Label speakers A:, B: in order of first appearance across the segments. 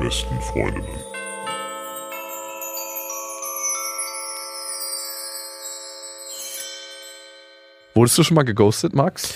A: besten Freundinnen.
B: Wurdest du schon mal geghostet, Max?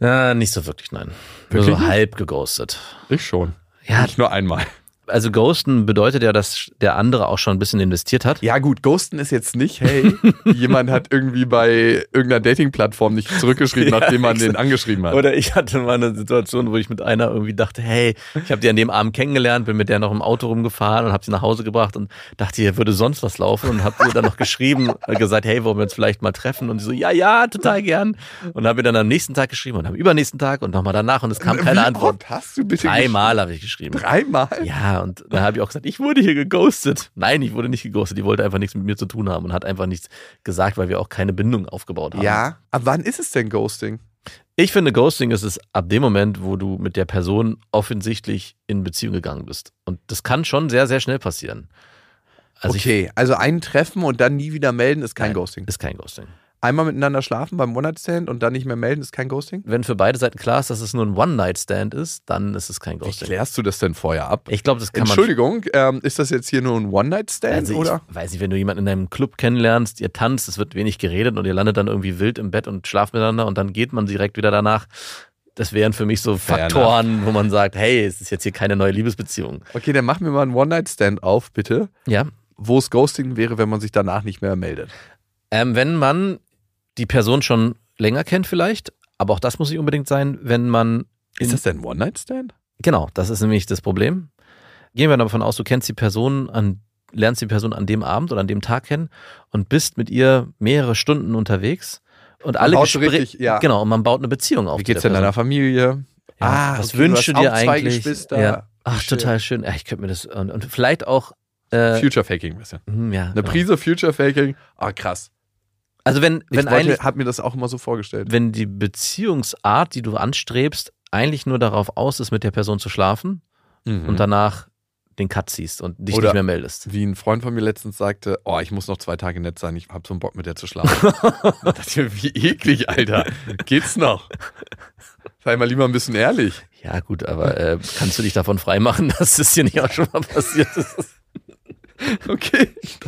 C: Äh, nicht so wirklich, nein. Nur
B: Wirklich
C: so
B: nicht?
C: halb geghostet.
B: Ich schon.
C: Ja,
B: Nicht nur einmal.
C: also ghosten bedeutet ja, dass der andere auch schon ein bisschen investiert hat.
B: Ja, gut, ghosten ist jetzt nicht, hey, jemand hat irgendwie bei irgendeiner Dating-Plattform nicht zurückgeschrieben,
C: Ja,
B: nachdem man
C: exakt.
B: den angeschrieben hat.
C: Oder ich hatte mal eine Situation, wo ich mit einer irgendwie dachte, hey, ich habe die an dem Abend kennengelernt, bin mit der noch im Auto rumgefahren und habe sie nach Hause gebracht und dachte, hier würde sonst was laufen und habe ihr dann noch geschrieben und gesagt, hey, wollen wir uns vielleicht mal treffen? Und sie so, ja, ja, total gern. Und habe ihr dann am nächsten Tag geschrieben und am übernächsten Tag und nochmal danach und es kam keine
B: Wie
C: Antwort.
B: oft hast du bitte
C: Dreimal habe ich geschrieben.
B: gesch- Dreimal?
C: Ja, und dann habe ich auch gesagt, ich wurde hier geghostet. Nein, ich wurde nicht geghostet. Die wollte einfach nichts mit mir zu tun haben und hat einfach nichts gesagt, weil wir auch keine Bindung aufgebaut haben.
B: Ja. Ab wann ist es denn Ghosting?
C: Ich finde, Ghosting ist es ab dem Moment, wo du mit der Person offensichtlich in Beziehung gegangen bist. Und das kann schon sehr, sehr schnell passieren. Also
B: okay, also ein Treffen und dann nie wieder melden ist kein
C: Nein.
B: Ghosting.
C: ich, ist kein Ghosting.
B: Einmal miteinander schlafen beim One-Night-Stand und dann nicht mehr melden ist kein Ghosting?
C: Wenn für beide Seiten klar ist, dass es nur ein One-Night-Stand ist, dann ist es kein
B: Wie
C: Ghosting.
B: klärst du das denn vorher ab?
C: Ich glaube, das kann man.
B: Entschuldigung, ähm, ist das jetzt hier nur ein One-Night-Stand
C: Also ich
B: oder?
C: weiß nicht, wenn du jemanden in einem Club kennenlernst, ihr tanzt, es wird wenig geredet und ihr landet dann irgendwie wild im Bett und schlaft miteinander und dann geht man direkt wieder danach. Das wären für mich so
B: Fair
C: Faktoren, wo man sagt, hey, es ist jetzt hier keine neue Liebesbeziehung.
B: Okay, dann machen wir mal einen One-Night-Stand auf, bitte.
C: Ja.
B: Wo es Ghosting wäre, wenn man sich danach nicht mehr meldet.
C: Ähm, wenn man die Person schon länger kennt vielleicht, aber auch das muss nicht unbedingt sein, wenn man,
B: Ist
C: In-
B: das denn ein One-Night-Stand?
C: genau, das ist nämlich das Problem. Gehen wir davon aus, du kennst die Person an, lernst die Person an dem Abend oder an dem Tag kennen und bist mit ihr mehrere Stunden unterwegs und alle
B: baut
C: Gespräche,
B: richtig, ja.
C: genau, und man baut eine Beziehung auf.
B: Wie
C: zu
B: geht's
C: der
B: denn deiner Familie?
C: Person. Ja,
B: Ah,
C: was
B: okay, du
C: wünschst du
B: hast
C: dir
B: auch zwei
C: eigentlich?
B: Geschwister.
C: Ja. Ach,
B: Schön.
C: total schön. Ja, ich könnte mir das und, und vielleicht auch äh,
B: Future-Faking ein bisschen.
C: hm, ja,
B: Eine
C: genau.
B: Prise Future-Faking. Ah, krass.
C: Also wenn wenn
B: ich wollte,
C: eigentlich
B: hab mir das auch immer so vorgestellt.
C: wenn die Beziehungsart, die du anstrebst, eigentlich nur darauf aus ist, mit der Person zu schlafen
B: Mhm.
C: und danach den Cut ziehst und dich
B: Oder-
C: nicht mehr meldest.
B: Wie ein Freund von mir letztens sagte, oh, ich muss noch zwei Tage nett sein, ich hab so einen Bock mit der zu schlafen. Da dachte ich mir, wie eklig, Alter. Geht's noch? Sei mal lieber ein bisschen ehrlich.
C: Ja, gut, aber äh, kannst du dich davon freimachen, dass das hier nicht auch schon mal passiert ist?
B: Okay. Ich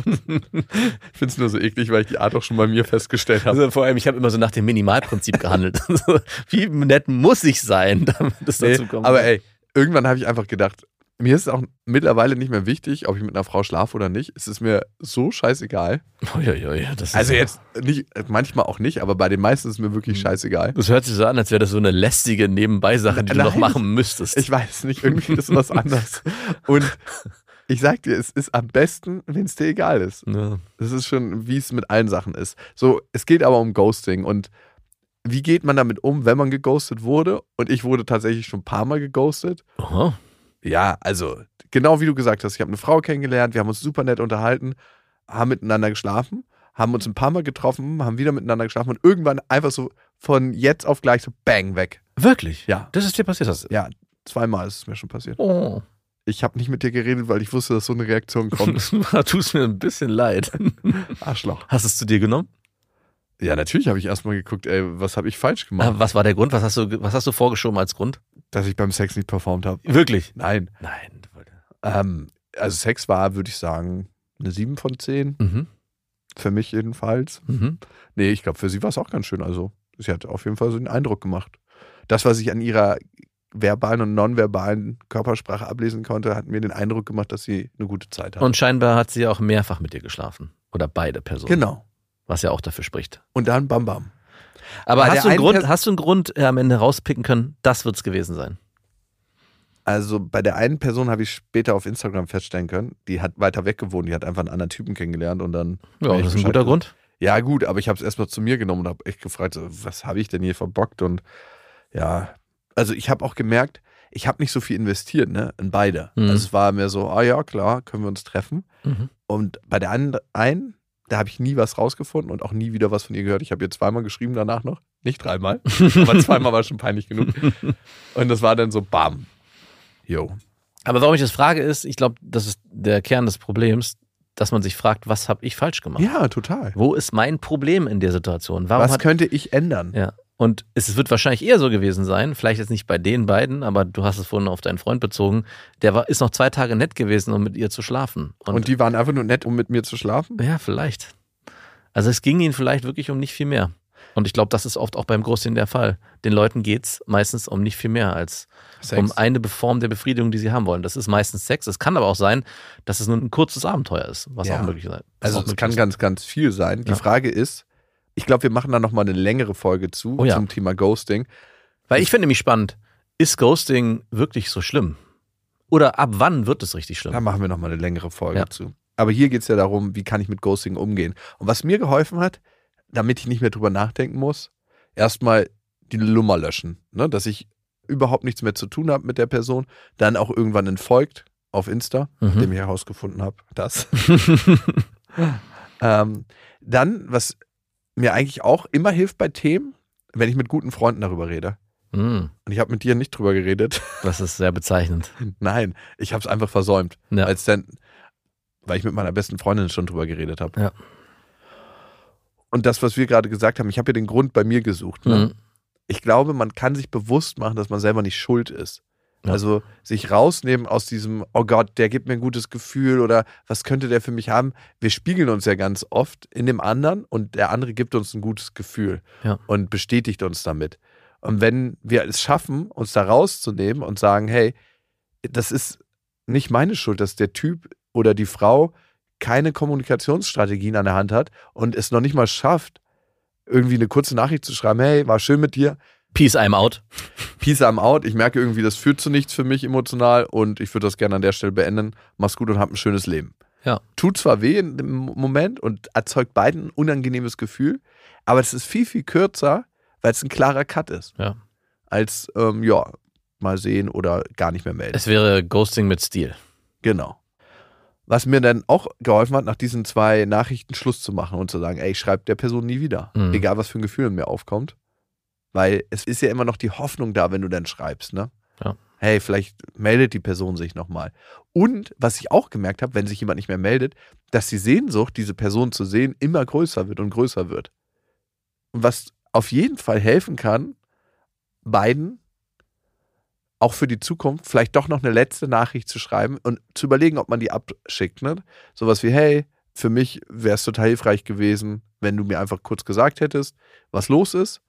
B: find's nur so eklig, weil ich die Art auch schon bei mir festgestellt habe.
C: Also vor allem, ich habe immer so nach dem Minimalprinzip gehandelt. Also, Wie nett muss ich sein, damit es
B: Nee,
C: dazu kommt?
B: aber ey, irgendwann habe ich einfach gedacht, mir ist auch mittlerweile nicht mehr wichtig, ob ich mit einer Frau schlafe oder nicht. Es ist mir so scheißegal.
C: Uiuiui, das ist-
B: Also jetzt nicht, manchmal auch nicht, aber bei den meisten ist es mir wirklich scheißegal.
C: Das hört sich so an, als wäre das so eine lästige Nebenbeisache, die du noch
B: Nein.
C: machen müsstest.
B: Ich weiß nicht, irgendwie ist was anders. Und ich sag dir, es ist am besten, wenn es dir egal ist.
C: ja.
B: Das ist schon, wie es mit allen Sachen ist. So, es geht aber um Ghosting und wie geht man damit um, wenn man geghostet wurde? Und ich wurde tatsächlich schon ein paar Mal geghostet.
C: Aha.
B: Ja, also genau wie du gesagt hast, ich habe eine Frau kennengelernt, wir haben uns super nett unterhalten, haben miteinander geschlafen, haben uns ein paar Mal getroffen, haben wieder miteinander geschlafen und irgendwann einfach so von jetzt auf gleich so bang weg.
C: Wirklich?
B: Ja.
C: Das ist dir passiert. Das
B: Ja, zweimal ist es mir schon passiert.
C: oh.
B: Ich habe nicht mit dir geredet, weil ich wusste, dass so eine Reaktion kommt.
C: Da tust mir ein bisschen leid.
B: Arschloch.
C: Hast du es zu dir genommen?
B: Ja, natürlich habe ich erstmal geguckt, ey, was habe ich falsch gemacht,
C: Ah, Was war der Grund? Was hast du, ge- was hast du vorgeschoben als Grund?
B: dass ich beim Sex nicht performt habe.
C: Wirklich?
B: Nein.
C: Nein.
B: Ähm, also Sex war, würde ich sagen, eine 7 von 10.
C: Mhm.
B: Für mich jedenfalls.
C: Mhm.
B: Nee, ich glaube, für sie war es auch ganz schön. Also, sie hat auf jeden Fall so einen Eindruck gemacht. Das, was ich an ihrer verbalen und nonverbalen Körpersprache ablesen konnte, hat mir den Eindruck gemacht, dass sie eine gute Zeit hat.
C: Und scheinbar hat sie ja auch mehrfach mit dir geschlafen. Oder beide Personen.
B: genau.
C: Was ja auch dafür spricht.
B: Und dann Bam Bam.
C: Aber
B: War
C: hast
B: der
C: du, einen
B: einen
C: Grund,
B: Pers-
C: hast du einen Grund äh, am Ende rauspicken können, das wird es gewesen sein?
B: Also bei der einen Person habe ich später auf Instagram feststellen können, die hat weiter weg gewohnt, die hat einfach einen anderen Typen kennengelernt und dann.
C: Ja,
B: ich
C: das ist ein
B: Bescheid
C: guter
B: gesagt.
C: Grund.
B: Ja, gut, aber ich habe es erstmal zu mir genommen und habe echt gefragt, so, was habe ich denn hier verbockt? Und ja, also ich habe auch gemerkt, ich habe nicht so viel investiert, ne, in beide.
C: Mhm.
B: Also es war mir so, ah ja, klar, können wir uns treffen.
C: Mhm.
B: Und bei der and- einen, da habe ich nie was rausgefunden und auch nie wieder was von ihr gehört. Ich habe ihr zweimal geschrieben danach noch, nicht dreimal, aber zweimal war schon peinlich genug. Und das war dann so, bam. Jo.
C: Aber warum ich das frage ist, ich glaube, das ist der Kern des Problems, dass man sich fragt, was habe ich falsch gemacht?
B: Ja, total.
C: Wo ist mein Problem in der Situation? Warum
B: Was
C: hat
B: könnte ich ändern?
C: Ja. Und es wird wahrscheinlich eher so gewesen sein, vielleicht jetzt nicht bei den beiden, aber du hast es vorhin auf deinen Freund bezogen, der war, ist noch zwei Tage nett gewesen, um mit ihr zu schlafen.
B: Und, die waren einfach nur nett, um mit mir zu schlafen?
C: Ja, vielleicht. Also es ging ihnen vielleicht wirklich um nicht viel mehr. Und ich glaube, das ist oft auch beim Großsehen der Fall. Den Leuten geht's meistens um nicht viel mehr als
B: Sex.
C: um eine Form der Befriedigung, die sie haben wollen. Das ist meistens Sex. Es kann aber auch sein, dass es nur ein kurzes Abenteuer ist, was
B: Ja.
C: auch möglich sein was
B: also
C: auch
B: es
C: möglich
B: kann
C: ist.
B: ganz, ganz viel sein. Die
C: Ja.
B: Frage ist, ich glaube, wir machen da nochmal eine längere Folge zu
C: Oh ja.
B: zum Thema Ghosting.
C: Weil ich finde nämlich spannend, ist Ghosting wirklich so schlimm? Oder ab wann wird es richtig schlimm?
B: Da machen wir nochmal eine längere Folge
C: Ja.
B: zu. Aber hier geht es ja darum, wie kann ich mit Ghosting umgehen. Und was mir geholfen hat, damit ich nicht mehr drüber nachdenken muss, erstmal die Lummer löschen. Ne? Dass ich überhaupt nichts mehr zu tun habe mit der Person, dann auch irgendwann entfolgt auf Insta,
C: Mhm.
B: dem ich herausgefunden habe, das. Ähm, dann, was mir eigentlich auch immer hilft bei Themen, wenn ich mit guten Freunden darüber rede.
C: Hm,
B: Und ich habe mit dir nicht drüber geredet.
C: das ist sehr bezeichnend.
B: Nein, ich habe es einfach versäumt.
C: Ja.
B: Als dann, weil ich mit meiner besten Freundin schon drüber geredet habe.
C: Ja.
B: Und das, was wir gerade gesagt haben, ich habe ja den Grund bei mir gesucht. Ne?
C: Mhm.
B: Ich glaube, man kann sich bewusst machen, dass man selber nicht schuld ist.
C: Ja.
B: Also sich rausnehmen aus diesem, oh Gott, der gibt mir ein gutes Gefühl oder was könnte der für mich haben. Wir spiegeln uns ja ganz oft in dem anderen und der andere gibt uns ein gutes Gefühl
C: Ja.
B: und bestätigt uns damit. Und wenn wir es schaffen, uns da rauszunehmen und sagen, hey, das ist nicht meine Schuld, dass der Typ oder die Frau keine Kommunikationsstrategien an der Hand hat und es noch nicht mal schafft, irgendwie eine kurze Nachricht zu schreiben, hey, war schön mit dir,
C: Peace, I'm out.
B: Peace, I'm out. Ich merke irgendwie, das führt zu nichts für mich emotional und ich würde das gerne an der Stelle beenden. Mach's gut und hab ein schönes Leben.
C: Ja.
B: Tut zwar weh in dem Moment und erzeugt beiden ein unangenehmes Gefühl, aber es ist viel, viel kürzer, weil es ein klarer Cut ist.
C: Ja.
B: Als, ähm, ja, mal sehen oder gar nicht mehr melden.
C: Es wäre Ghosting mit Stil.
B: Genau. Was mir dann auch geholfen hat, nach diesen zwei Nachrichten Schluss zu machen und zu sagen, ey, ich schreibe der Person nie wieder.
C: Mhm.
B: Egal, was für ein Gefühl in mir aufkommt. Weil es ist ja immer noch die Hoffnung da, wenn du dann schreibst, ne?
C: Ja.
B: Hey, vielleicht meldet die Person sich nochmal. Und was ich auch gemerkt habe, wenn sich jemand nicht mehr meldet, dass die Sehnsucht, diese Person zu sehen, immer größer wird und größer wird. Und was auf jeden Fall helfen kann, beiden auch für die Zukunft vielleicht doch noch eine letzte Nachricht zu schreiben und zu überlegen, ob man die abschickt. Ne? Sowas wie, hey, für mich wäre es total hilfreich gewesen, wenn du mir einfach kurz gesagt hättest, was los ist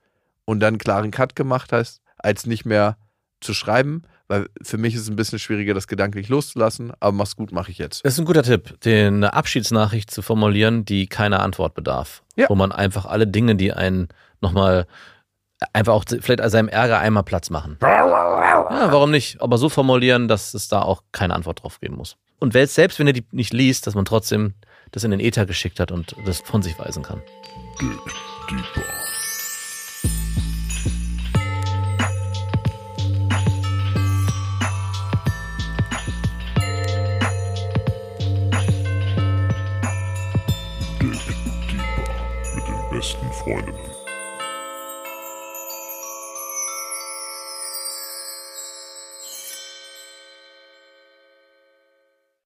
B: und dann einen klaren Cut gemacht hast, als nicht mehr zu schreiben, weil für mich ist es ein bisschen schwieriger, das gedanklich loszulassen, aber mach's gut, mache ich jetzt.
C: Das ist ein guter Tipp, den eine Abschiedsnachricht zu formulieren, die keiner Antwort bedarf.
B: Ja.
C: Wo man einfach alle Dinge, die einen nochmal einfach auch vielleicht seinem Ärger einmal Platz machen. Ja, warum nicht? Aber so formulieren, dass es da auch keine Antwort drauf geben muss. Und wel- selbst wenn er die nicht liest, dass man trotzdem das in den Äther geschickt hat und das von sich weisen kann.
A: mit den besten Freundinnen.